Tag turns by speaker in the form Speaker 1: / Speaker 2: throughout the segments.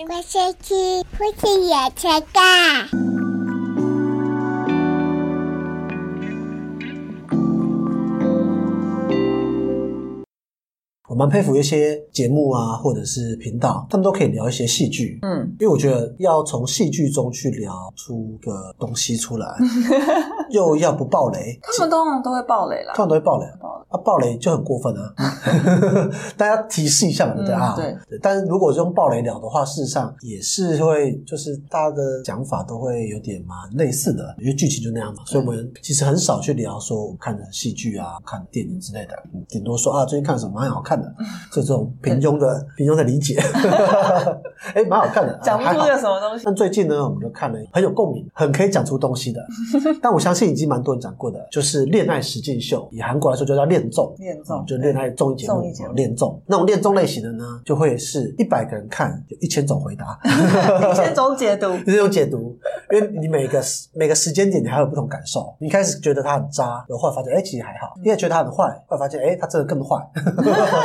Speaker 1: 我先去父亲也才干。
Speaker 2: 我蛮佩服一些节目啊，或者是频道，他们都可以聊一些戏剧，
Speaker 3: 嗯，
Speaker 2: 因为我觉得要从戏剧中去聊出个东西出 来，又要不爆雷，
Speaker 3: 他们通常都会爆雷啦
Speaker 2: 通。常都会爆雷。
Speaker 3: 爆雷
Speaker 2: 啊，爆雷就很过分啊！大家提示一下嘛，对不对
Speaker 3: 嗯
Speaker 2: 啊？
Speaker 3: 对
Speaker 2: 但是如果用爆雷聊的话，事实上也是会，就是大家的讲法都会有点蛮类似的，因为剧情就那样嘛。所以我们其实很少去聊说我们看的戏剧啊、看电影之类的，嗯顶多说啊最近看什么蛮好看
Speaker 3: 嗯
Speaker 2: 的，就这种平庸 的平庸的理解。哎，蛮好看的，啊
Speaker 3: 讲不
Speaker 2: 还
Speaker 3: 出
Speaker 2: 好
Speaker 3: 个什么东西。
Speaker 2: 但最近呢，我们就看了很有共鸣、很可以讲出东西 的，但我相信已经蛮多人讲过的，就是《恋爱实境秀》，以韩国来说就叫恋综。
Speaker 3: 恋综
Speaker 2: 哦就恋爱综艺节目哦
Speaker 3: 综艺节目，
Speaker 2: 恋综那种恋综类型的呢，就会是一百个人看，有一千种回答，
Speaker 3: 一千种解读，
Speaker 2: 这种解读，因为你每个时每个时间点你还有不同感受。你一开始觉得他很渣，然后后来发现，哎、其实还好；，你也觉得他很坏，后来发现，哎、他真的更坏。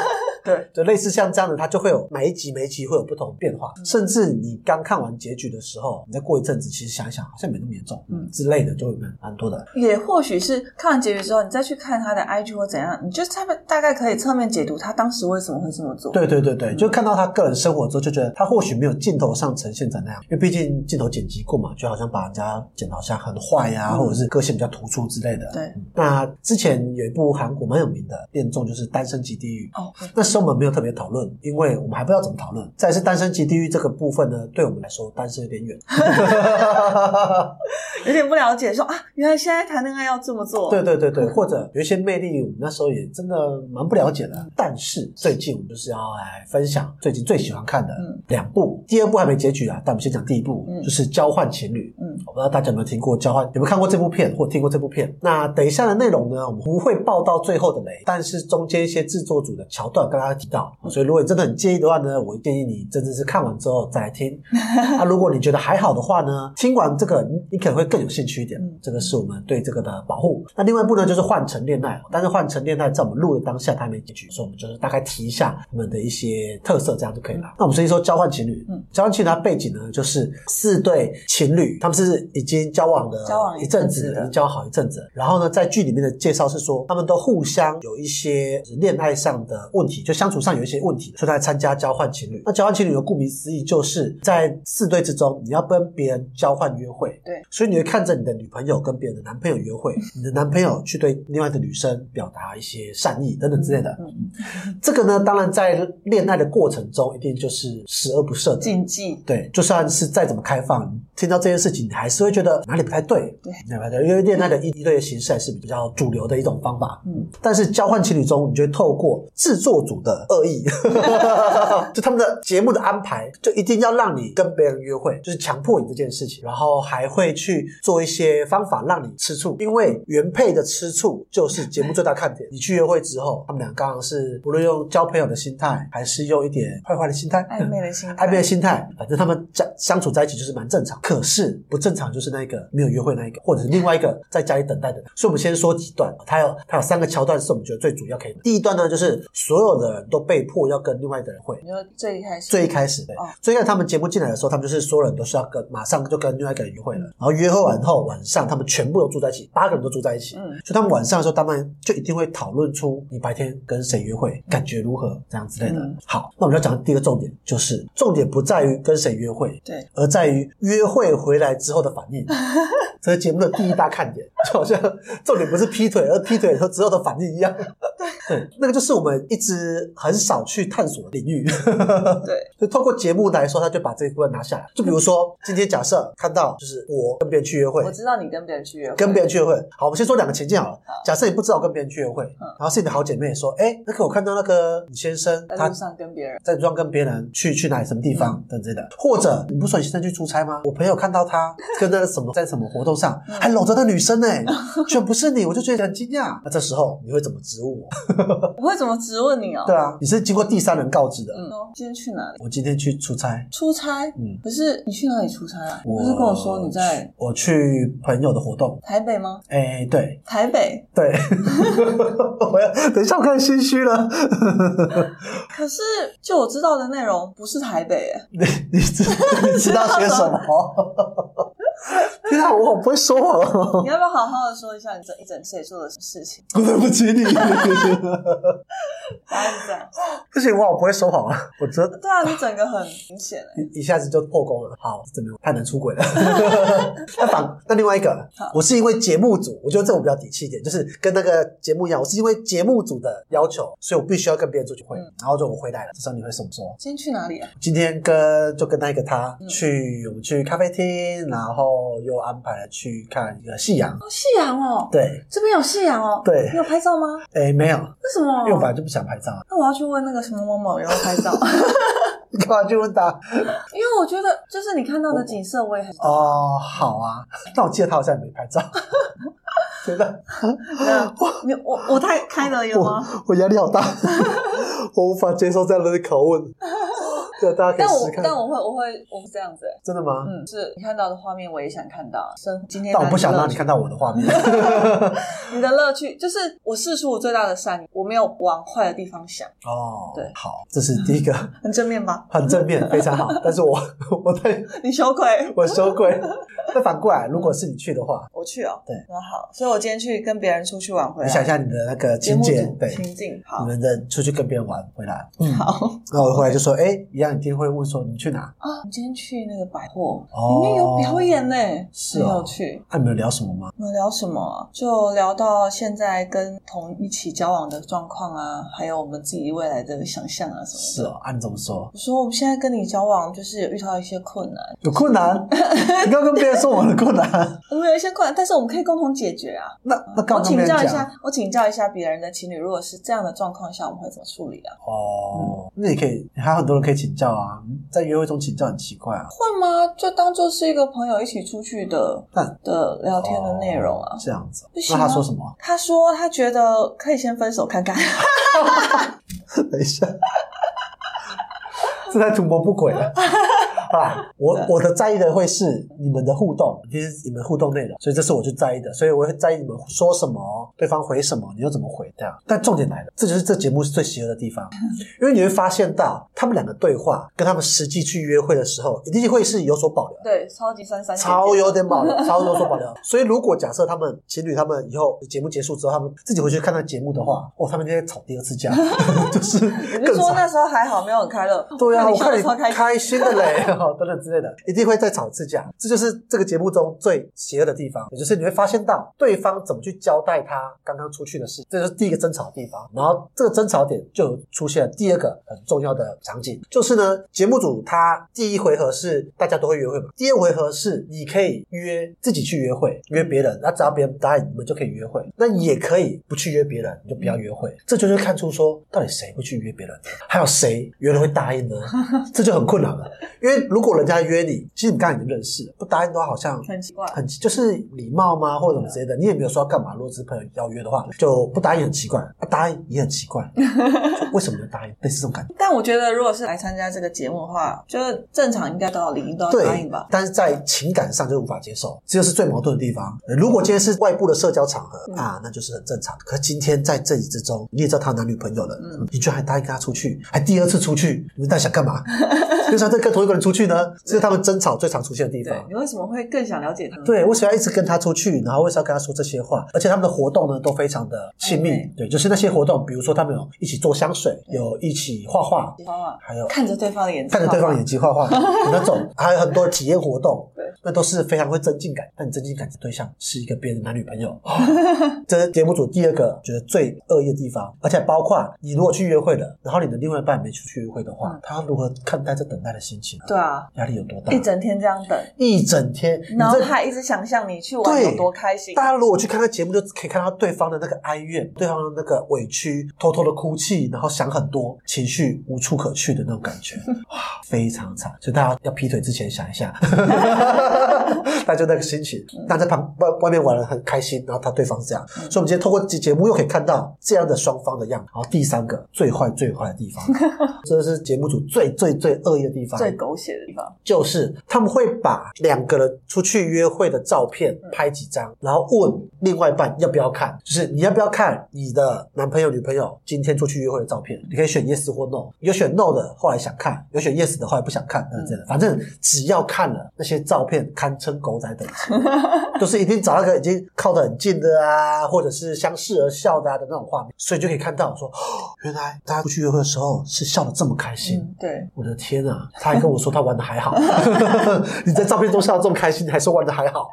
Speaker 3: 对，
Speaker 2: 就类似像这样的，它就会有每一集每一集会有不同的变化，甚至你刚看完结局的时候，你再过一阵子，其实想一想好像没那么严重，
Speaker 3: 嗯
Speaker 2: 之类的，就会蛮蛮多的。
Speaker 3: 也或许是看完结局之后，你再去看他的 IG 或怎样，你就差不大概可以侧面解读他当时为什么会这么做。
Speaker 2: 对对对对，就看到他个人生活之后，就觉得他或许没有镜头上呈现成那样，因为毕竟镜头剪辑过嘛，就好像把人家剪得好像很坏呀、
Speaker 3: 嗯
Speaker 2: 或者是个性比较突出之类的。
Speaker 3: 对
Speaker 2: 嗯，那之前有一部韩国蛮有名的恋综，就是《单身即地狱》。
Speaker 3: 哦，
Speaker 2: 那时候我们没有特别讨论，因为我们还不知道怎么讨论。再来是单身即地狱这个部分呢，对我们来说单身有点远。
Speaker 3: 有点不了解，说啊，原来现在谈恋爱要这么做。
Speaker 2: 对对对 对，或者有一些魅力，我们那时候也真的蛮不了解的。
Speaker 3: 嗯
Speaker 2: 但是最近我们就是要来分享最近最喜欢看的
Speaker 3: 嗯
Speaker 2: 两部，第二部还没结局啊，但我们先讲第一部
Speaker 3: 嗯，
Speaker 2: 就是《交换情侣》。
Speaker 3: 嗯，
Speaker 2: 我不知道大家有没有听过《交换》，有没有看过这部片或听过这部片？那等一下的内容呢，我们不会爆到最后的雷，但是中间一些制作组的桥段跟大家提到，
Speaker 3: 嗯
Speaker 2: 所以如果你真的很介意的话呢，我建议你真的是看完之后再来听。 那、啊如果你觉得还好的话呢，听完这个你你可能会更有兴趣一点
Speaker 3: 嗯。
Speaker 2: 这个是我们对这个的保护。那另外一部呢，就是《换成恋爱》，哦但是《换成恋爱》在我们录的当下它还没结局，所以我们就是大概提一下我们的一些特色，这样就可以了。那我们先说交换情侣，
Speaker 3: 嗯
Speaker 2: 交换情侣它背景呢就是四对情侣，他们是已经交往了
Speaker 3: 交往
Speaker 2: 一
Speaker 3: 一
Speaker 2: 阵
Speaker 3: 阵
Speaker 2: 子
Speaker 3: 子
Speaker 2: 了，
Speaker 3: 了
Speaker 2: 已经交往好一阵子了。然后呢，在剧里面的介绍是说，他们都互相有一些恋爱上的问题，就相处上有一些问题，所以来参加交换情侣。那交换情侣的顾名思义，就是在四对之中，你要跟别人交换约会。
Speaker 3: 对，
Speaker 2: 所以你会看着你的女朋友跟别人的男朋友约 会，你的男朋友去对另外的女生表达一些善意等等之类的。
Speaker 3: 嗯
Speaker 2: 这个呢，当然在恋爱的过程中，一定就是十恶不赦的。
Speaker 3: 禁忌，
Speaker 2: 对，就算是再怎么开放，听到这件事情，你还是会觉得哪里不太对，
Speaker 3: 对
Speaker 2: 哪里不太对，因为恋爱的一一对的形式还是比较主流的一种方法。
Speaker 3: 嗯，
Speaker 2: 但是交换情侣中，你就会透过制作组的恶意， 就他们的节目的安排，就一定要让你跟别人约会，就是强迫你这件事情，然后还会去做一些方法让你吃醋，因为原配的吃醋就是节目最大看点。你去约会之后，他们俩刚刚是无论用交朋友的心态，还是用一点坏坏的心态，
Speaker 3: 暧昧的心态，
Speaker 2: 暧昧的心态，反正他们相相处在一起就是蛮正常。可是不正常就是那一个没有约会那一个，或者是另外一个在家里等待的。所以我们先说几段，它有它有三个桥段是我们觉得最主要可以。第一段呢，就是所有的人都被迫要跟另外的人会。
Speaker 3: 你说最一开始，
Speaker 2: 最一开始，对
Speaker 3: 哦，
Speaker 2: 最一开始他们节目进来的时候，他们就是所有人都是要跟，马上就跟另外一个人约会了。然后约会完后，晚上他们全部都住在一起，八个人都住在一起。
Speaker 3: 嗯，
Speaker 2: 所以他们晚上的时候，他们就一定会讨论出你白天跟谁约会，感觉如何这样之类的。
Speaker 3: 嗯
Speaker 2: 好，那我们要讲的第一个重点，就是重点不在于跟谁约会，
Speaker 3: 对，
Speaker 2: 而在于约会回来之后的反应。这是节目的第一大看点，就好像重点不是劈腿，而劈腿和之后的反应一样。对，那个就是我们一直很少去探索的领域。
Speaker 3: 对，
Speaker 2: 就透过节目来说，他就把这一部分拿下来。就比如说，今天假设看到就是我跟别人去约会
Speaker 3: 我，知道你跟别人去约会，
Speaker 2: 跟别人去约会。好，我们先说两个情境好了。假设你不知道跟别人去约会，
Speaker 3: 嗯
Speaker 2: 然后是你的好姐妹说：“哎，那个我看到那个你先生，
Speaker 3: 在
Speaker 2: 他
Speaker 3: 路上嗯跟 别人，
Speaker 2: 在路上跟别人去去哪里什么地方等之类的，或者你不是说你先生去出差吗？我朋友看到他 跟那个什么在什么活
Speaker 3: 嗯
Speaker 2: 动上还搂着那女生呢、居然不是你，我就觉得很惊讶。那这时候你会怎么指我？
Speaker 3: 我会怎么质问你哦？
Speaker 2: 对啊，你是经过第三人告知的。
Speaker 3: 嗯，说今天去哪里？
Speaker 2: 我今天去出差，
Speaker 3: 出差？
Speaker 2: 嗯
Speaker 3: 可是你去哪里出差啊？你
Speaker 2: 我
Speaker 3: 不是跟我说你在
Speaker 2: 我去朋友的活动。
Speaker 3: 台北吗？
Speaker 2: 哎、对
Speaker 3: 台北？
Speaker 2: 对， 我要等一下，我开始心虚了。
Speaker 3: 可是就我知道的内容不是台北耶，
Speaker 2: 你你 知你知道些什么？ 天啊，我好不会说谎，哦
Speaker 3: 你要不要好好的说一下你这一整次也做了什么事情？
Speaker 2: 我对不起你。
Speaker 3: 答案是这样。
Speaker 2: 不行，我好不会说谎啊，我真的
Speaker 3: 对啊，你整个很明显耶
Speaker 2: 一下子就破功了。好，怎么样？太能出 轨了。那反那另外一个
Speaker 3: 好，
Speaker 2: 我是因为节目组，我觉得这我比较底气一点，就是跟那个节目一样，我是因为节目组的要求，所以我必须要跟别人出去会。
Speaker 3: 嗯
Speaker 2: 然后就我回来了，这时候你会怎么说？
Speaker 3: 今天去哪里啊？
Speaker 2: 今天跟就跟那一个他
Speaker 3: 嗯
Speaker 2: 去，我们去咖啡厅，然后又安排了去看一个夕阳。
Speaker 3: 哦，夕阳哦，
Speaker 2: 对，
Speaker 3: 这边有夕阳哦。
Speaker 2: 对
Speaker 3: 你有拍照吗？
Speaker 2: 哎，没有，
Speaker 3: 为什么？
Speaker 2: 因为我本来就不想拍照 啊，
Speaker 3: 那我要去问那个什么某某有没 有拍照，
Speaker 2: 你干嘛去问他？
Speaker 3: 因为我觉得就是你看到的景色我也很。
Speaker 2: 哦，好啊，那我记得他好像也没拍 照，真的。
Speaker 3: 那你我我太开了有吗？
Speaker 2: 我我压力好 大，我无法接受这样的拷问。对啊，大家可以
Speaker 3: 但
Speaker 2: 试
Speaker 3: 我
Speaker 2: 试看。
Speaker 3: 但我会我会我会这样子耶，
Speaker 2: 真的吗？
Speaker 3: 嗯，是你看到的画面我也想看到，生今天
Speaker 2: 但我不想
Speaker 3: 哪
Speaker 2: 让
Speaker 3: 里
Speaker 2: 你
Speaker 3: 乐趣
Speaker 2: 看到我的画面。
Speaker 3: 你的乐趣就是我试出我最大的善意，我没有往坏的地方想，
Speaker 2: 哦，
Speaker 3: 对
Speaker 2: 好，这是第一个，
Speaker 3: 很正面吧？
Speaker 2: 很正面，非常好。但是我我太
Speaker 3: 你羞愧，
Speaker 2: 我羞愧。那反过来，如果是你去的话，
Speaker 3: 我去哦。
Speaker 2: 对
Speaker 3: 那好，所以我今天去跟别人出去玩回来，
Speaker 2: 你想一下你的那个
Speaker 3: 啊节
Speaker 2: 情
Speaker 3: 目
Speaker 2: 节，
Speaker 3: 组
Speaker 2: 对，
Speaker 3: 情境，
Speaker 2: 你
Speaker 3: 好
Speaker 2: 们的出去跟别人玩回 来，嗯，
Speaker 3: 好
Speaker 2: 然后我回来就说，哎，一样，一定会问说你去哪？
Speaker 3: 啊，我们今天去那个百货，
Speaker 2: 哦
Speaker 3: 里面有表演呢，
Speaker 2: 是哦
Speaker 3: 很有趣。
Speaker 2: 啊，你们有聊什么吗？
Speaker 3: 我们聊什么啊？就聊到现在跟同一起交往的状况啊，还有我们自己未来的想象啊什
Speaker 2: 是
Speaker 3: 么的。
Speaker 2: 哦，啊，你怎么说？
Speaker 3: 我说我们现在跟你交往，就是有遇到一些困难，
Speaker 2: 有困难？ 你刚跟别人说我的困难，
Speaker 3: 我们有一些困难，但是我们可以共同解决啊。
Speaker 2: 那那干
Speaker 3: 我
Speaker 2: 嘛跟
Speaker 3: 请
Speaker 2: 别人
Speaker 3: 教一
Speaker 2: 讲？
Speaker 3: 下，我请教一下别人的情侣，如果是这样的状况下，我们会怎么处理啊？
Speaker 2: 哦，那你可以，还有很多人可以请教啊，在约会中请教很奇怪啊。
Speaker 3: 会吗？就当做是一个朋友一起出去的
Speaker 2: 但
Speaker 3: 的聊天的内容啊
Speaker 2: 哦。这样子
Speaker 3: 不。行
Speaker 2: 那
Speaker 3: 啊
Speaker 2: 他说什么？
Speaker 3: 他说他觉得可以先分手看看，
Speaker 2: 等一下，这太图谋不轨了。 啊，我
Speaker 3: 对
Speaker 2: 我的在意的会是你们的互动，其实你们互动内容，所以这是我最在意的，所以我会在意你们说什么，对方回什么，你又怎么回这样。但重点来了，这就是这节目是最邪恶的地方，因为你会发现到他们两个对话跟他们实际去约会的时候，一定会是有所保留的。
Speaker 3: 对，超级三三姐姐
Speaker 2: 超有点保留， 超有所保留。所以如果假设他们情侣他们以后节目结束之后，他们自己回去看那节目的话，哦，他们今天吵第二次架， 就是
Speaker 3: 你
Speaker 2: 更
Speaker 3: 是说
Speaker 2: 吵。
Speaker 3: 那时候还好，没有很快乐？
Speaker 2: 对啊，
Speaker 3: 我
Speaker 2: 我
Speaker 3: 看
Speaker 2: 看
Speaker 3: 你
Speaker 2: 你
Speaker 3: 笑得超开心。
Speaker 2: 开心的 嘞，哦，等等之类的，一定会再吵一次架。这就是这个节目中最邪恶的地方，也就是你会发现到对方怎么去交代他刚刚出去的事，这就是第一个争吵的地方。然后这个争吵点就出现了第二个很重要的场景，就是呢，节目组他第一回合是大家都会约会嘛，第二回合是你可以约自己去约会，约别人，那只要别人答应你们就可以约会，那也可以不去约别人，你就不要约会。这就是看出说到底谁会去约别人，还有谁约了会答应呢？这就很困难了，因为如果人家约你，其实你刚刚已经认识了，不答应的话好像
Speaker 3: 很奇怪，
Speaker 2: 很就是礼貌吗，或者什么之类的，你也没有说要干嘛。如果只是朋友邀约的话，就不答应很奇怪，啊、答应也很奇怪，就为什么要答应？类似这种感觉。
Speaker 3: 但我觉得如果是来参加这个节目的话，就是正常应该都要理应都要答
Speaker 2: 对
Speaker 3: 应吧，。
Speaker 2: 但是在情感上就无法接受，这就是最矛盾的地方。呃如果今天是外部的社交场合、
Speaker 3: 嗯
Speaker 2: 啊，那就是很正常。可今天在这里之中，你也知道他有男女朋友了，
Speaker 3: 嗯
Speaker 2: 你居然还答应跟他出去，还第二次出去，你们到底想干 嘛？为啥再跟同一个人出去呢？这是他们争吵最常出现的地方
Speaker 3: 对，。你为什么会更想了解他？，
Speaker 2: 对，为什么要一直跟他出去？然后为什么要跟他说这些话？而且他们的活动呢，都非常的亲密
Speaker 3: 暧昧。
Speaker 2: 对，就是那些活动，比如说他们有一起做香水，有一起画画，
Speaker 3: 喜欢啊，
Speaker 2: 还有
Speaker 3: 看着对方的眼睛，
Speaker 2: 看着对方眼睛画 画有那种，还有很多体验活动
Speaker 3: 对，
Speaker 2: 那都是非常会增进感。但你增进感的对象是一个别人的男女朋友， 这是节目组第二个觉得最恶意的地方。而且包括你如果去约会了，然后你的另外一半没出去约会的话
Speaker 3: 嗯，
Speaker 2: 他如何看待这等待的心情？
Speaker 3: 对，啊，
Speaker 2: 压力有多大
Speaker 3: 一？整天这样等，
Speaker 2: 一整天，你
Speaker 3: 然后
Speaker 2: 这
Speaker 3: 他一直想象你去玩有多开心。
Speaker 2: 大家如果去看看节目，就可以看到对方的那个哀怨，对方的那个委屈，偷偷的哭泣，然后想很多，情绪无处可去的那种感觉，哇，非常惨。所以大家要劈腿之前想一下，他就那个心情，那在旁外外面玩的很开心，然后他对方是这样，所以我们今天透过节节目又可以看到这样的双方的样子。然后第三个最坏最坏的地方，这是节目组最最最恶意的地方，
Speaker 3: 最狗血的地方，
Speaker 2: 就是他们会把两个人出去约会的照片拍几张，然后问另外一半要不要看，就是你要不要看你的男朋友女朋友今天出去约会的照片？你可以选 yes 或 no，有选 no 的后来想看，有选 yes 的后来不想看，等等之类的。反正只要看了那些照片，堪称狗仔等级，就是一定找那个已经靠得很近的啊，或者是相视而笑的啊的那种画面，所以就可以看到说，哦原来大家出去约会的时候是笑得这么开心。
Speaker 3: 嗯，对，
Speaker 2: 我的天啊！他还跟我说他玩的还好， 你在照片中笑得这么开心，你还说玩的还好，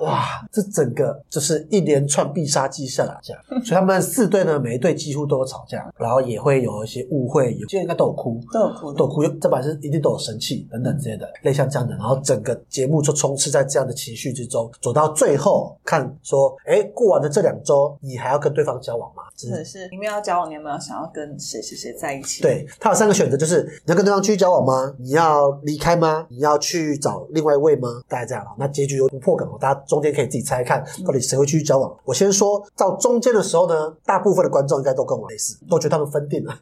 Speaker 2: 哇！这整个就是一连串必杀技下来，这样，所以他们四队呢，每一队几乎都有吵架，然后也会有一些误会，有些应该都有哭，
Speaker 3: 都有哭的
Speaker 2: 都有哭，这版是一定都有生气等等之类的，类像这样的，然后整个节目就充斥在这样的情绪之中，走到最后看说，哎，过完了这两周，你还要跟对方交往吗？这
Speaker 3: 或者是你们要交往，你有没有想要跟谁谁谁在一起？，
Speaker 2: 对他有三个选择，就是你要跟对方继续交往吗？你要离开吗？你要去找另外一位吗？大概这样了。那结局有突破梗哦，大家中间可以自己猜看，到底谁会继续交往。我先说到中间的时候呢，大部分的观众应该都跟我类似，都觉得他们分定了。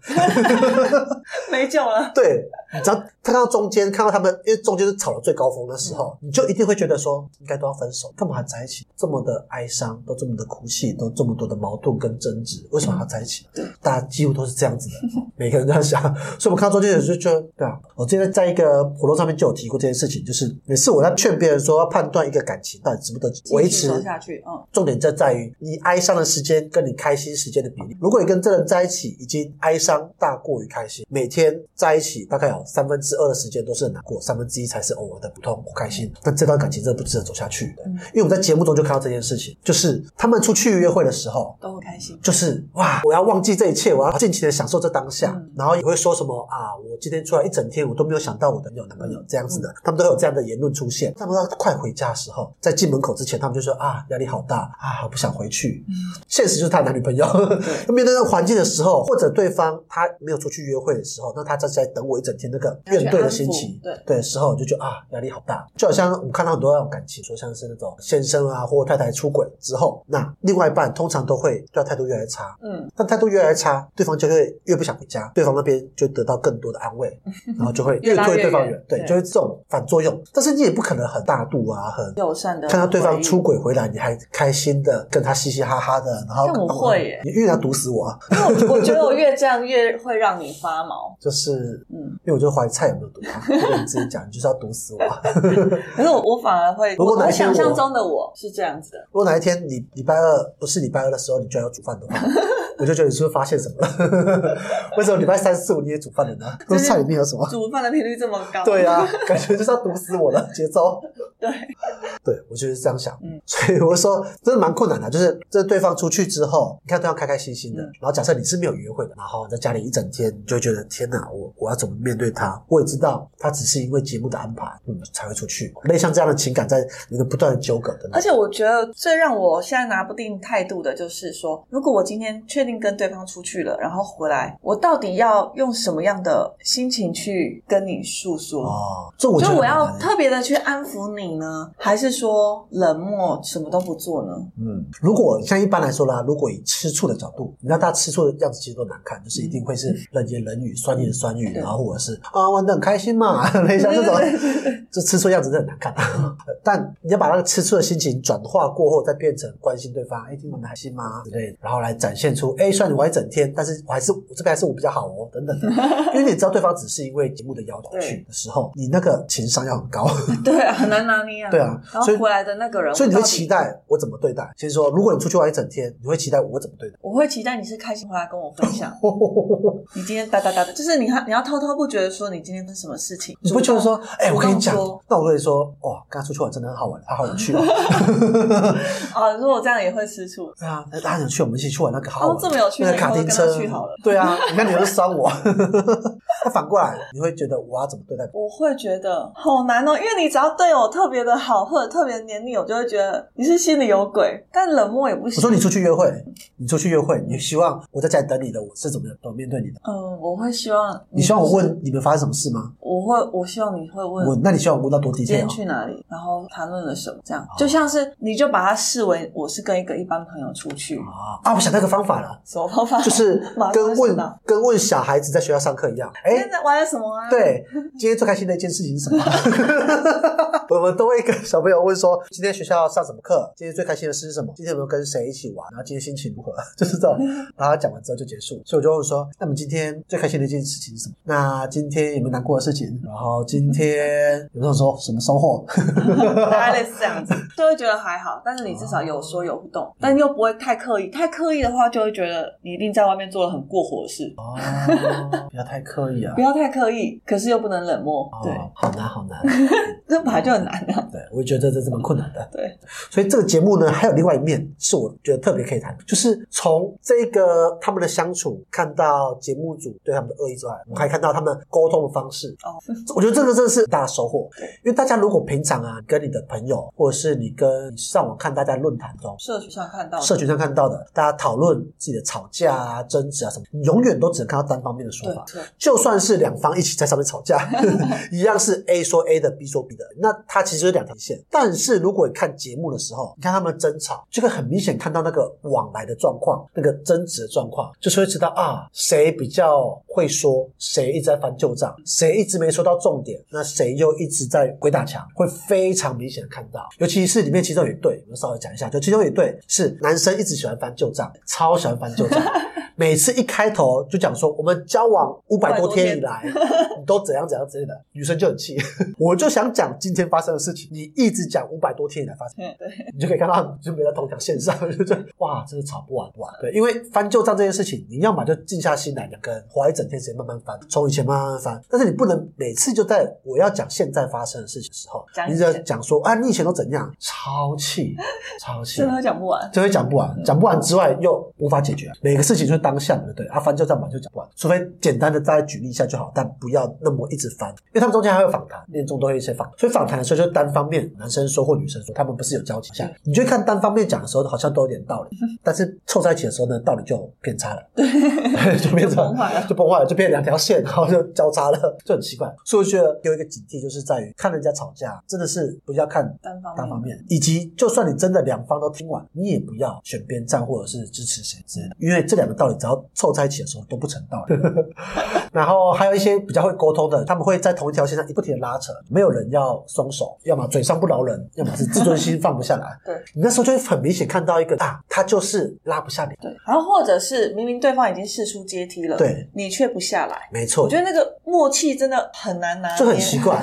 Speaker 3: 没救了，
Speaker 2: 对，你只要看到中间，看到他们，因为中间是吵到最高峰的时候，
Speaker 3: 嗯
Speaker 2: 你就一定会觉得说，应该都要分手，干嘛还在一起？这么的哀伤，都这么的哭泣，都这么多的矛盾跟争执，为什么还要在一起？
Speaker 3: 对，
Speaker 2: 大家几乎都是这样子的，每个人都在想。所以我们看到中间有时候就觉得，对啊，我之前在一个活动上面就有提过这件事情，就是每次我在劝别人说要判断一个感情到底值不值得维
Speaker 3: 继
Speaker 2: 持
Speaker 3: 续走下去，嗯，
Speaker 2: 重点就在于你哀伤的时间跟你开心时间的比例。如果你跟这人在一起，已经哀伤大过于开心，每天在一起大概有三分之二的时间都是很难过，三分之一才是偶尔的不痛不开心。那这段感情真的不值得走下去的，因为我们在节目中就看到这件事情，就是他们出去约会的时候，
Speaker 3: 都会开心，
Speaker 2: 就是哇，我要忘记这一切，我要尽情的享受这当下，
Speaker 3: 嗯
Speaker 2: 然后也会说什么啊，我今天出来一整天，我都没有想到我的有男朋友这样子的，他们都有这样的言论出现。他们到快回家的时候，在进门口之前，他们就说啊，压力好大啊，好不想回去。现实就是他的男女朋友面对那个环境的时候，或者对方他没有出去约会的时候，那他在家等我一整天那个怨怼的心情，
Speaker 3: 要去安抚
Speaker 2: 对的时候，你就觉得啊压力好大。就好像我们看到很多那种感情，说像是那种先生啊或太太出轨之后，那另外一半通常都会对他态度越来越差。
Speaker 3: 嗯，
Speaker 2: 但态度越来越差，对方就会越不想回 家，对方那边就得到更多的安慰，然后就会
Speaker 3: 越拉
Speaker 2: 推
Speaker 3: 越
Speaker 2: 对方
Speaker 3: 远
Speaker 2: 对，
Speaker 3: 对
Speaker 2: 就是这种反作用。但是你也不可能很大度啊，很
Speaker 3: 友善的
Speaker 2: 看到对方出
Speaker 3: 回
Speaker 2: 轨回来，你还开心的跟他嘻嘻哈哈的，然后
Speaker 3: 但我会耶
Speaker 2: 你因为他毒死我啊，
Speaker 3: 应，因为我我觉得我越这样越会让你发毛，
Speaker 2: 就是
Speaker 3: 嗯，
Speaker 2: 因为我就怀疑菜有没有毒啊，我跟你自己讲，你就是要毒死 我啊。
Speaker 3: 可是我我反而会，
Speaker 2: 如果
Speaker 3: 我
Speaker 2: 哪
Speaker 3: 我
Speaker 2: 一天我
Speaker 3: 想象中的我是这样子的，
Speaker 2: 如果哪一天你礼拜二不是礼拜二的时候，你居然要煮饭的 话，我就觉得你是不是发现什么了？ 为什么礼拜三四五你也煮饭了呢？那
Speaker 3: 就是
Speaker 2: 菜里面有什 么？
Speaker 3: 煮饭的频率这么高，
Speaker 2: 对啊， 感觉就是要毒死我的节奏。
Speaker 3: 对，
Speaker 2: 对，我就是这样想。
Speaker 3: 嗯
Speaker 2: 所以我说真的蛮困难的，就是这对方出去之后，你看对方开开心心的，
Speaker 3: 嗯
Speaker 2: 然后假设你是没有约会的，然后在家里一整天，你就会觉得天哪，我我要怎么面对他？我也知道他只是因为节目的安排，嗯，才会出去。类像这样的情感在你的不断的纠葛等
Speaker 3: 而
Speaker 2: 等。
Speaker 3: 且我觉得最让我现在拿不定态度的就是说，如果我今天确定跟对方出去了，然后回来，我到底要用什么样的心情去跟你诉说？
Speaker 2: 哦，这我觉
Speaker 3: 就
Speaker 2: 得
Speaker 3: 我
Speaker 2: 很
Speaker 3: 要
Speaker 2: 难
Speaker 3: 特别的去安抚你呢，还是说冷漠什么都不做呢？
Speaker 2: 嗯，如果像一般来说啦，如果以吃醋的角度，你知道大家吃醋的样子其实都难看，就是一定会是冷言冷语、酸言酸语，
Speaker 3: 嗯对
Speaker 2: 然后或者是啊玩的很开心嘛， 类似这种，就吃醋样子真的很难看。 但你要把那个吃醋的心情转化过后，再变成关心对方，哎，今天玩的开心吗之类的，然后来展现出，哎，虽然你玩一整天，但是我还是我这边还是我比较好哦，等等 的。因为你知道对方只是因为节目的要求去
Speaker 3: 对
Speaker 2: 的时候，你那个情商要很高。
Speaker 3: 对啊，很难拿捏啊。
Speaker 2: 对啊
Speaker 3: 然
Speaker 2: 所以
Speaker 3: 后回来的那个人，
Speaker 2: 所以你会
Speaker 3: 我到底
Speaker 2: 期，待我怎么对待？先说，如果你出去玩一整天，你会期待我怎么对待？
Speaker 3: 我会期待你是开心回来跟我分享。你今天哒哒哒的，就是你还你要滔滔不绝的说你今天是什么事情，
Speaker 2: 你不觉得 说，哎、我跟你讲
Speaker 3: 主动说，
Speaker 2: 那我跟你说，哇，刚才出去玩真的很好玩，好 好有趣哦。
Speaker 3: 啊？如果我这样也会吃醋，
Speaker 2: 对啊，那大家有去，我们一起去玩那个好好玩
Speaker 3: 哦
Speaker 2: 哦，，
Speaker 3: 这么有趣，
Speaker 2: 那个
Speaker 3: 你以
Speaker 2: 卡
Speaker 3: 后
Speaker 2: 丁
Speaker 3: 跟
Speaker 2: 车
Speaker 3: 他去好了。，
Speaker 2: 对啊，你看你又酸我， 那反过来你会觉得我要怎么对待？
Speaker 3: 我会觉得好难哦，因为你只要对我特别的好，或者特别黏你，我就会觉得你是心里有鬼。但冷漠也不行。
Speaker 2: 我说你出去约会，你出去约会，你希望我在家里等你的，我是怎么怎么面对你的？
Speaker 3: 嗯，我会希望
Speaker 2: 你希望我问你们发生什么事吗？
Speaker 3: 我会，我希望你会问
Speaker 2: 我那你希望我问到多低
Speaker 3: 今
Speaker 2: 调
Speaker 3: 天？去哪里，然后谈论了什么，这样就像是你就把它视为我是跟一个一般朋友出去，
Speaker 2: 啊啊！我想到一个方法了，
Speaker 3: 什么方法？
Speaker 2: 就是
Speaker 3: 马上
Speaker 2: 跟
Speaker 3: 就
Speaker 2: 问
Speaker 3: 知道
Speaker 2: 跟问小孩子在学校上课一样。哎、
Speaker 3: 现在玩了什么啊？，
Speaker 2: 对，今天最开心的一件事情是什么？我们都会跟小朋友问说，今天学校上什么课？今天最开心的事是什么？今天有没有跟谁一起玩？然后今天心情如何？ 就是这种。然后他讲完之后就结束。所以我就问说，那么今天最开心的一件事情是什么？那今天有没有难过的事情？然后今天有没有说什么收获？
Speaker 3: 大概类似这样子，就会觉得还好，但是你至少有说有互
Speaker 2: 嗯
Speaker 3: 动，但又不会太刻意。太刻意的话，就会觉得你一定在外面做了很过火的事。
Speaker 2: 哦，不要太刻意啊
Speaker 3: 不。要太刻意，可是又不能冷漠，对，
Speaker 2: 哦，好难，好难。
Speaker 3: 这本来就很难啊。
Speaker 2: 对，我觉得这是蛮困难的。
Speaker 3: 对，
Speaker 2: 所以这个节目呢，还有另外一面是我觉得特别可以谈，就是从这个他们的相处，看到节目组对他们的恶意之外，我们还看到他们沟通的方式。
Speaker 3: 哦，
Speaker 2: 我觉得这个真的是很大的收获，因为大家如果平常啊，跟你的朋友，或者是你跟你上网看大家论坛中。
Speaker 3: 社群上看到的，
Speaker 2: 社群上看到的，大家讨论自己的吵架啊、争执啊什么，你永远都只能看到单方面的说
Speaker 3: 对
Speaker 2: 法。
Speaker 3: 对，
Speaker 2: 就算是两方一起在上面吵架，一样是 A 说 A 的，B 说 B 的，那它其实就是两条线。但是如果你看节目的时候，你看他们争吵，就会很明显看到那个往来的状况，那个争执的状况，就是会知道啊，谁比较会说，谁一直在翻旧账，谁一直没说到重点，那谁又一直在鬼打墙，会非常明显的看到。尤其是里面其中有一对，我们稍微讲一下，就其中有一对是男生一直喜欢翻旧账，超喜欢翻旧账。每次一开头就讲说我们交往五百多天以来， 你都怎样怎样之类的，女生就很气。 我就想讲今天发生的事情，你一直讲五百多天以来发生，
Speaker 3: 嗯对，
Speaker 2: 你就可以看到你就没在同条线上， 就觉得哇，真的吵不完不完。对，因为翻旧账这件事情，你要么就静下心来，两个人花一整天时间慢慢翻，从以前慢慢翻，但是你不能每次就在我要讲现在发生的事情的时候，
Speaker 3: 讲以
Speaker 2: 你
Speaker 3: 前
Speaker 2: 就讲说啊，你以前都怎样，超气，超 气
Speaker 3: 真。的讲不完。
Speaker 2: 就会讲不完，讲不完之外又无法解决，每个事情就是当下的，对啊，翻旧账本就讲不完，除非简单的大家举例一下就好，但不要那么一直翻，因为他们中间还会访谈，恋综都会有一些访，所以访谈的时候就单方面男生说或女生说，他们不是有交集下，你就会看单方面讲的时候好像都有点道理，但是凑在一起的时候呢，道理就有偏差了， 对，就变成
Speaker 3: 就崩坏 了
Speaker 2: 就崩坏了，就变成两条线，然后就交叉了，就很奇怪，所以我觉得有一个警惕就是在于看人家吵架，真的是不要看
Speaker 3: 单方面。
Speaker 2: 单方面，以及就算你真的两方都听完，你也不要选边站或者是支持谁之类的，因为这两个道理只要凑在一起的时候都不成道理。 然后还有一些比较会沟通的，他们会在同一条线上不停的拉扯，没有人要松手，要么嘴上不饶人，要么是自尊心放不下来
Speaker 3: 对
Speaker 2: 你那时候就会很明显看到一个啊，他就是拉不下脸。
Speaker 3: 对，然后或者是明明对方已经试出阶梯了，
Speaker 2: 对，
Speaker 3: 你却不下来，
Speaker 2: 没错，
Speaker 3: 我觉得那个默契真的很难拿捏，
Speaker 2: 就很奇 怪。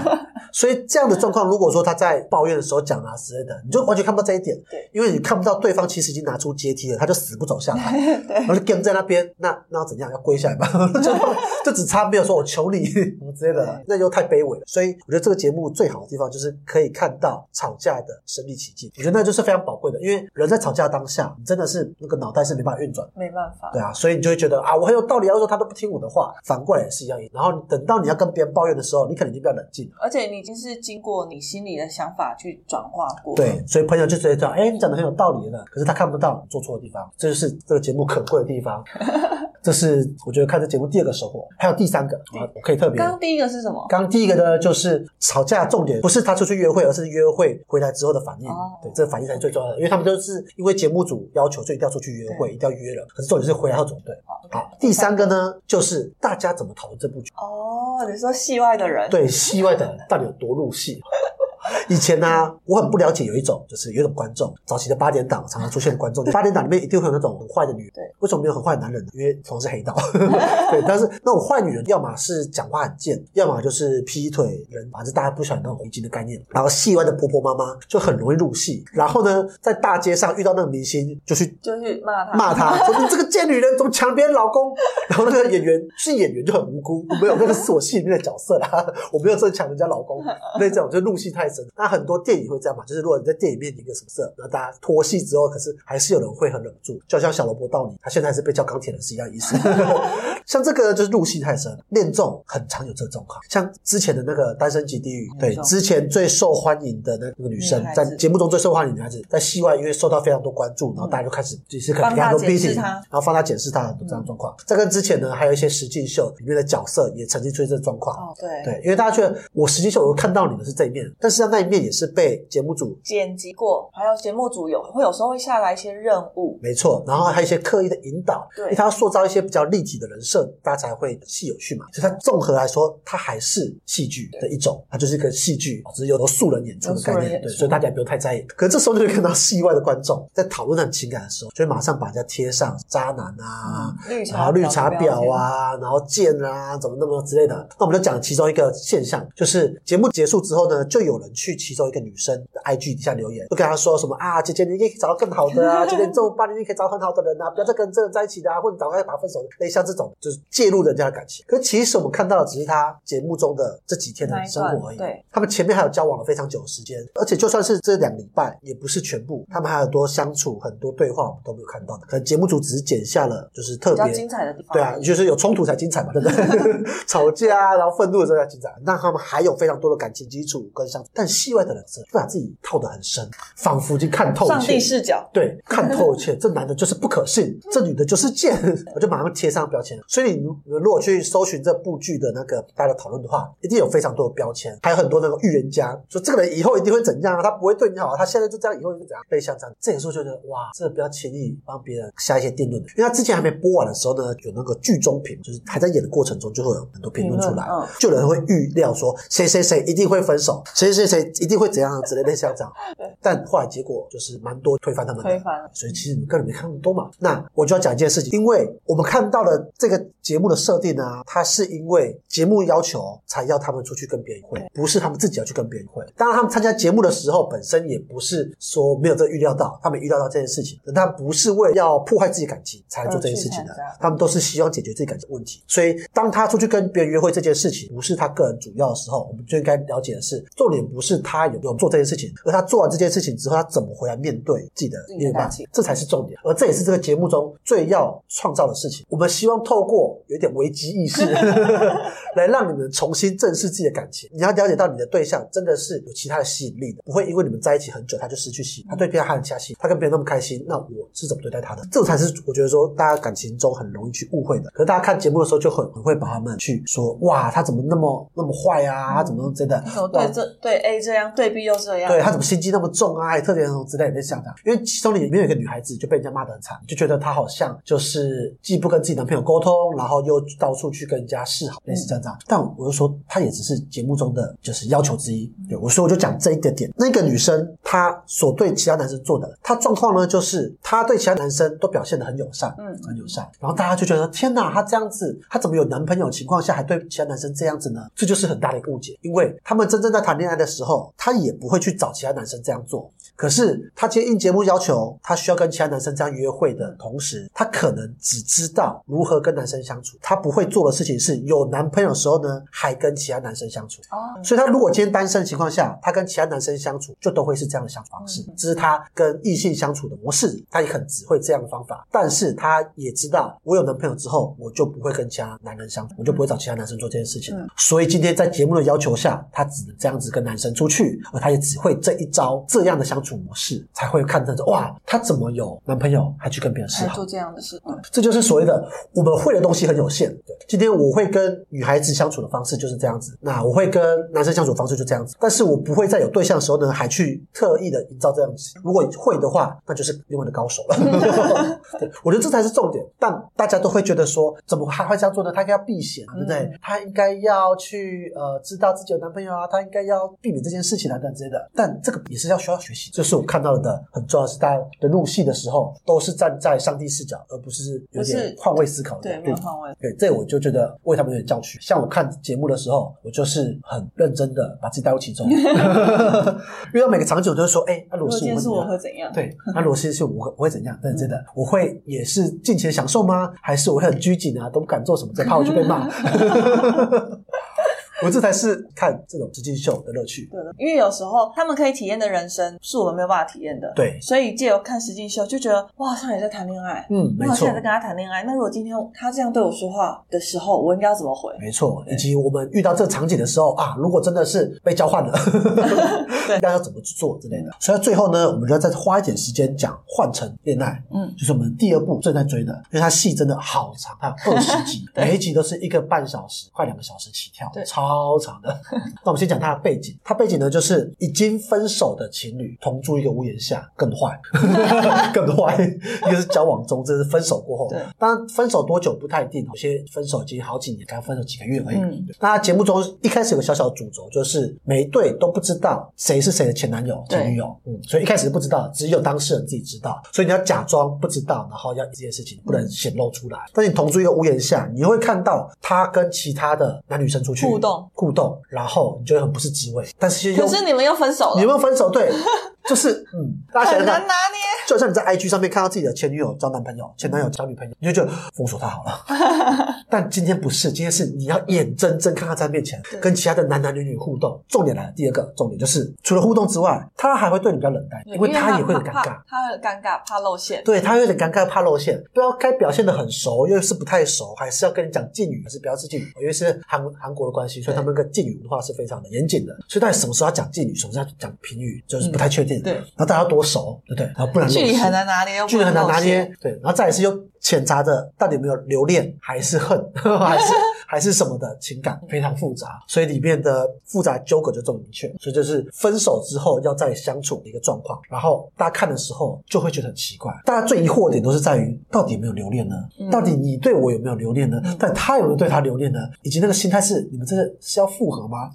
Speaker 2: 所以这样的状况，如果说他在抱怨的时候讲啊之类的，你就完全看不到这一点，
Speaker 3: 对，
Speaker 2: 因为你看不到对方其实已经拿出阶梯了，他就死不走 下来，
Speaker 3: 对
Speaker 2: 然后就跟在那边，那那要怎样？要跪下来吧， 就就只差没有说我求你什么之类的
Speaker 3: 对，
Speaker 2: 那就太卑微了。所以我觉得这个节目最好的地方就是可以看到吵架的身临其境，我觉得那就是非常宝贵的，因为人在吵架当下，你真的是那个脑袋是没办法运转的。
Speaker 3: 没办法
Speaker 2: 对。啊，所以你就会觉得啊，我很有道理啊，要说他都不听我的话，反过来也是一样。然后等到你要跟别人抱怨的时候，你可能已经比较冷静了。
Speaker 3: 而且你已经是经过你心里的想法去转化过，
Speaker 2: 对，所以朋友就直接讲，哎、你讲的很有道理的，可是他看不到你做错的地方，这就是这个节目可贵的地方。这是我觉得看这节目第二个收获，还有第三个，啊我可以特别。
Speaker 3: 刚刚第一个是什么？
Speaker 2: 刚第一个呢，就是吵架重点不是他出去约会，而是约会回来之后的反应。
Speaker 3: 哦
Speaker 2: 对，这个反应才是最重要的，因为他们都是因为节目组要求，所以一定要出去约会，一定要约了。可是重点是回来后怎么对。好，第三个呢，就是大家怎么讨论这部剧。
Speaker 3: 哦，你说戏外的人，
Speaker 2: 对戏外的人到底有多入戏？ 以前呢、我很不了解有一种，就是有一种观众，早期的八点档常常出现的观众，八点档里面一定会有那种很坏的女人。
Speaker 3: 对，
Speaker 2: 为什么没有很坏的男人呢？因为同是黑道。 对，但是那种坏女人，要么是讲话很贱，要么就是劈腿人，反正大家不喜欢那种迷经的概念。然后戏外的婆婆妈妈就很容易入戏，然后呢，在大街上遇到那个明星，就去
Speaker 3: 就去骂他，
Speaker 2: 骂 他，说你这个贱女人怎么抢别人老公？ 然后那个演员是演 员就很无辜，我没有那个是我戏里面的角色啦，我没有真的抢人家老公，那这种就入戏太深。那很多电影会这样嘛，就是如果你在电影里面演个什么色，然后大家脱戏之后，可是还是有人会很忍不住，就好像小萝卜道理，他现在还是被叫钢铁人是一样意思。 像这个就是入戏太深，恋综很常有这种哈，像之前的那个《单身级地狱》，对
Speaker 3: 嗯没，错
Speaker 2: 之前最受欢迎的那个女生
Speaker 3: 女，孩
Speaker 2: 在
Speaker 3: 子
Speaker 2: 节目中最受欢迎的女孩子，在戏外因为受到非常多关注，然后大家就开始就是可能给她很多
Speaker 3: 帮她检视
Speaker 2: beating，
Speaker 3: 她
Speaker 2: 然后放大检视她的这样的状况。再跟之前呢，还有一些实境秀里面的角色也曾经出现这个状况。
Speaker 3: 哦，对，
Speaker 2: 对，因为大家觉得我实际上我看到你的是这一面，但是际上那一面也是被节目组
Speaker 3: 剪辑过，还有节目组有会有时候会下来一些任务，
Speaker 2: 没错，然后还有一些刻意的引导，
Speaker 3: 对
Speaker 2: 因为他要塑造一些比较立体的人设，大家才会戏有趣嘛。所以它综合来说，它还是戏剧的一种，它就是一个戏剧，只是由由素人演出的概
Speaker 3: 由素人
Speaker 2: 念，
Speaker 3: 演
Speaker 2: 对，
Speaker 3: 出
Speaker 2: 所以大家也不用太在意。可是这时候就会看到戏外的观众在讨论很情感的时候，就会马上把人家贴上渣男啊。
Speaker 3: 绿
Speaker 2: 然
Speaker 3: 茶
Speaker 2: 后绿茶婊
Speaker 3: 婊，
Speaker 2: 啊，然后贱啊，怎么那么之类的。那我们就讲其中一个现象，就是节目结束之后呢，就有人去其中一个女生的 IG 底下留言，就跟她说什么啊，姐姐你一定可以找到更好的 啊，姐姐你这么棒，你一定可以找到很好的人啊，不要再跟这个人在一起的啊，或者赶快把他分手，类似像这种就是介入人家的感情。可其实我们看到的只是她节目中的这几天的
Speaker 3: 那一
Speaker 2: 生
Speaker 3: 段
Speaker 2: 活而已，
Speaker 3: 对
Speaker 2: 他们前面还有交往了非常久的时间，而且就算是这两个礼拜，也不是全部，他们还有很多相处，很多对话我们都没有看到的。可能节目组只是剪下了就是特
Speaker 3: 比较
Speaker 2: 别
Speaker 3: 精彩的地方。
Speaker 2: 对啊，就是有冲突才精彩嘛，对不对？ 吵架啊，然后愤怒的时候才精彩。那他们还有非常多的感情基础跟相处，但戏外的人就把自己套得很深，仿佛已经看透一
Speaker 3: 上帝
Speaker 2: 切。
Speaker 3: 视角，
Speaker 2: 对，看透一切，这男的就是不可信，
Speaker 3: 嗯
Speaker 2: 这女的就是 贱，我就马上贴上标签。所以你如如果去搜寻这部剧的那个大家讨论的话，一定有非常多的标签，还有很多那种预言家说这个人以后一定会怎样啊，他不会对你好啊，他现在就这样，以后就怎样，类似像这样。这也是我觉得哇，这不要轻易帮别人下一些定论的，因为他之前还没播完的时候呢，有那个剧中评，就是还在演的过程中就会有很多评论出来
Speaker 3: 评，论嗯
Speaker 2: 就有人会预料说谁谁谁一定会分手，谁谁谁一定会怎样之类类似像这样。但后来结果就是蛮多推翻他们的，
Speaker 3: 推翻了
Speaker 2: 所以其实你们根本没看那么多嘛。那我就要讲一件事情，因为我们看到了这个节目的设定呢，它是因为节目要求才要他们出去跟别人会
Speaker 3: 对，
Speaker 2: 不是他们自己要去跟别人会。当然，他们参加节目的时候本身也不是说没有这个预料到，他们预料到这件事情，但他不是为了要破坏自己感情才来做这件事情的
Speaker 3: 嗯去参加，
Speaker 2: 他们都是希望解决自己感情的问题。所以，当他出去跟别人约会这件事情不是他个人主要的时候，我们就应该了解的是，重点不是他有没有做这件事情，而他做完这件事情之后，他怎么回来面对自己的
Speaker 3: 自己的
Speaker 2: 另一半
Speaker 3: 感情，
Speaker 2: 这才是重点。而这也是这个节目中最要创造的事情。我们希望透过有一点危机意识，来让你们重新正视自己的感情。你要了解到你的对象真的是有其他的吸引力的，不会因为你们在一起很久他就失去吸引，他对别人还很下心，他跟别人那么开心，那我是怎么对待他的？这种才是我觉得说大家感情中很容易去误会的。可是大家看节目的时候就很很会把他们去说，哇，他怎么那么那么坏啊？他怎么真的
Speaker 3: 怎么？
Speaker 2: 哇
Speaker 3: 对这对 A 这样，对 B 又这样，
Speaker 2: 对他怎么心机那么重啊，还特点那种之类的，类似像这样。因为其中里面有一个女孩子就被人家骂得很惨，就觉得她好像就是既不跟自己男朋友沟通，然后又到处去跟人家示好，类似像这样。啊但我就说，她也只是节目中的就是要求之一。对我说，我就讲这一个点。那个女生她所对其他男生做的，她状况呢，就是她对其他男生都表现得很友善，
Speaker 3: 嗯
Speaker 2: 很友善。然后大家就觉得天哪，她这样子，她怎么有男朋友的情况下还对其他男生这样子呢？这就是很大的一个误解，因为他们真正在谈恋爱的时候，她也不会去找其他男生这样做。可是她接应节目要求，她需要跟其他男生这样约会的同时，她可能只知道如何跟男生相处，她不会做的事情是有男朋友的时候呢，还跟其他男生相处。
Speaker 3: 哦，
Speaker 2: 所以她如果今天单身的情况下，她跟其他男生相处就都会是这样的相处方式，这是她跟异性相处的模式，她也很只会这样的方法。但是她也知道，我有男朋友之后，我就不会跟其他男人相处，我就不会找其他男生做这件事情了
Speaker 3: 嗯。
Speaker 2: 所以今天在节目的要求下，她只能这样子跟男生出去，而她也只会这一招这样的相处模式，才会看到说哇，她怎么有男朋友还去跟别人示
Speaker 3: 还
Speaker 2: 好
Speaker 3: 做？这样的事，嗯
Speaker 2: 这就是所谓的我们会的东西很有限。对，今天我会跟女孩子相处的方式就是这样子，那我会跟男生相处的方式就这样子，但是我不会在有对象的时候呢，还去特意的营造这样子。如果会的话，那就是另外的高手了。 对，我觉得这才是重点。但大家都会觉得说，怎么还会这样做呢？他应该要避嫌啊，对不对？
Speaker 3: 嗯
Speaker 2: 他应该要去呃知道自己有男朋友啊，他应该要避免这件事情啊等等之类的。但这个也是要需要学习，这是我看到的很重要的是，大家的入戏的时候都是站在上帝视角，而不是有
Speaker 3: 不
Speaker 2: 点
Speaker 3: 是
Speaker 2: 换位思考的
Speaker 3: 对，
Speaker 2: 角
Speaker 3: 没有
Speaker 2: 度
Speaker 3: 换位，
Speaker 2: 啊对，这我就觉得为他们有点叫屈。像我看节目的时候，我就是很认真的把自己带入其 中，因为到每个场景我都会说，哎、那如果
Speaker 3: 如果
Speaker 2: 是
Speaker 3: 今
Speaker 2: 我
Speaker 3: 天
Speaker 2: 会
Speaker 3: 是
Speaker 2: 怎
Speaker 3: 我
Speaker 2: 样
Speaker 3: 会怎样？
Speaker 2: 对，那如果是是我会我会怎样？等等真
Speaker 3: 嗯
Speaker 2: 的，我会也是尽情 享受吗？还是我会很拘谨啊，都不敢做什么，再怕我就被骂？ 我这才是看这种实境秀的乐趣。
Speaker 3: 对的，因为有时候他们可以体验的人生是我们没有办法体验的。
Speaker 2: 对
Speaker 3: 所以借由看实境秀，就觉得我好像也在谈恋爱，
Speaker 2: 嗯，
Speaker 3: 我
Speaker 2: 没
Speaker 3: 好
Speaker 2: 错
Speaker 3: 像也在，跟他谈恋爱。那如果今天他这样对我说话的时候，我应该要怎么回？
Speaker 2: 没错。以及我们遇到这个场景的时候啊，如果真的是被交换了，
Speaker 3: 对
Speaker 2: 那要怎么去做之类的。所以最后呢，我们就要再花一点时间讲换成恋爱。
Speaker 3: 嗯，
Speaker 2: 就是我们第二部正在追的，因为它戏真的好长，它有二十集
Speaker 3: ，对
Speaker 2: 每一集都是一个半小时，快两个小时起跳
Speaker 3: 对，
Speaker 2: 超长的。那我们先讲它的背景，它背景呢就是已经分手的情侣同住一个屋檐下，更 坏，更坏。一个是交往中，这是分手过后
Speaker 3: 对。
Speaker 2: 当然分手多久不太定，有些分手已经好几年，刚分手几个月而已。
Speaker 3: 嗯
Speaker 2: 那它节目中一开始有个小小的主轴，就是每一对都不知道谁是谁的前男友、
Speaker 3: 对
Speaker 2: 前女友，嗯，所以一开始不知道，只有当事人自己知道，所以你要假装不知道，然后要这件事情不能显露出来。但你同住一个屋檐下，你会看到他跟其他的男女生出去
Speaker 3: 互动，
Speaker 2: 互动，然后你就会很不是滋味，但是又
Speaker 3: 可是你们又分手
Speaker 2: 你
Speaker 3: 了
Speaker 2: 有没，有分手？对，就是嗯，大家想
Speaker 3: 很
Speaker 2: 想
Speaker 3: 难
Speaker 2: 看。
Speaker 3: 拿捏。
Speaker 2: 就像你在 IG 上面看到自己的前女友交男朋友、前男友交女朋友，你就觉得封锁他好 了。但今天不是，今天是你要眼睁睁看他在面前
Speaker 3: 对
Speaker 2: 跟其他的男男女女互动。重点来了，第二个重点就是，除了互动之外，他还会对你比较冷淡，因为他也会很尴
Speaker 3: 怕
Speaker 2: 尬。，
Speaker 3: 他会尴尬，怕露馅。
Speaker 2: 对他有点尴尬，怕露馅，不知道该表现的很熟，又是不太熟，还是要跟你讲敬语，还是不要是敬语？因为是韩韩国的关系，所以他们跟敬语文化是非常的严
Speaker 3: 嗯
Speaker 2: 谨的，所以到底什么时候要讲敬语，什么时候要讲评语，就是不太确定。
Speaker 3: 嗯对
Speaker 2: 然后大家要多熟，对不对？然后不然
Speaker 3: 距
Speaker 2: 露
Speaker 3: 离
Speaker 2: 馅
Speaker 3: 很难拿捏，又不
Speaker 2: 距离很难拿
Speaker 3: 露
Speaker 2: 捏
Speaker 3: 馅。，
Speaker 2: 对，然后再一次又潜查着到底有没有留恋，还是恨， 还是还是什么的情感，非常复杂，所以里面的复杂纠葛就这么明确，所以就是分手之后要再相处的一个状况。然后大家看的时候就会觉得很奇怪，大家最疑惑的点都是在于到底有没有留恋呢
Speaker 3: 嗯？
Speaker 2: 到底你对我有没有留恋呢
Speaker 3: 嗯？
Speaker 2: 但他有没有对他留恋呢？以及那个心态是你们真的是要复合 吗？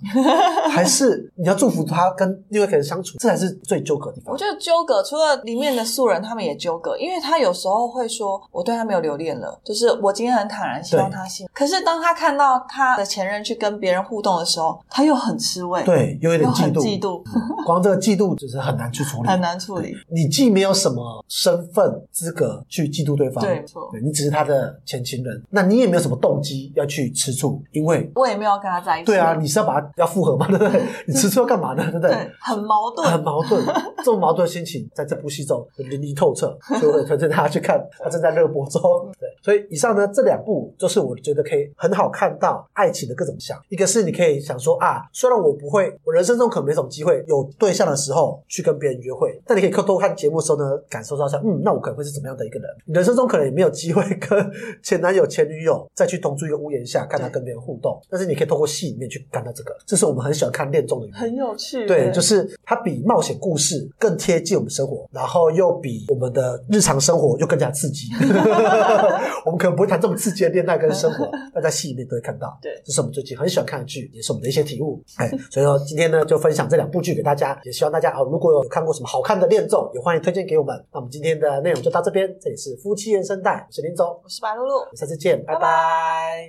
Speaker 2: 还是你要祝福他跟另外一个人相处？这才是最纠葛的地方
Speaker 3: 我。觉得纠葛，除了里面的素人，他们也纠葛，因为他有时候会说我对他没有留恋了，就是我今天很坦然，希望他幸福。可是当他看到他的前任去跟别人互动的时候，他又很吃味，，
Speaker 2: 对，又有点
Speaker 3: 又
Speaker 2: 嫉
Speaker 3: 很
Speaker 2: 妒，嗯
Speaker 3: 嫉妒，
Speaker 2: 光这个嫉妒就是很难去处理，
Speaker 3: 很难处理。
Speaker 2: 你既没有什么身份资格去嫉妒对方，
Speaker 3: 对，没错，
Speaker 2: 你只是他的前情人，那你也没有什么动机要去吃醋，因为
Speaker 3: 我也没有跟他在一起。
Speaker 2: 对啊，你是要把他要复合嘛，对不 对？你吃醋要干嘛呢？对不
Speaker 3: 对
Speaker 2: 对？
Speaker 3: 很矛
Speaker 2: 很
Speaker 3: 盾，
Speaker 2: 矛盾，这种矛盾的心情在这部戏中淋漓透彻，所以我很推荐大家去看，它正在热播中。对，所以以上呢这两部就是我觉得可以很好看到爱情的各种想，一个是你可以想说啊，虽然我不会，我人生中可能没什么机会有对象的时候去跟别人约会，但你可以多看节目的时候呢，感受到像嗯，那我可能会是怎么样的一个人？你人生中可能也没有机会跟前男友、前女友再去同住一个屋檐下看他跟别人互动，但是你可以透过戏里面去看到这个，这是我们很喜欢看恋综的原因。
Speaker 3: 很有趣。
Speaker 2: 对，就是它比冒险故事更贴近我们生活，然后又比我们的日常生活又更加刺激。 我们可能不会谈这么刺激的恋爱跟生活，但在戏里面都会看到。
Speaker 3: 对
Speaker 2: 这是我们最近很喜欢看的剧，也是我们的一些体悟。哎，所以说今天呢就分享这两部剧给大家，也希望大家啊、如果有看过什么好看的恋综，也欢迎推荐给我们。那我们今天的内容就到这边，这里是夫妻原声带，我是林总，我
Speaker 3: 我是白露露，
Speaker 2: 们下次见，拜
Speaker 3: 拜
Speaker 2: 拜
Speaker 3: 拜。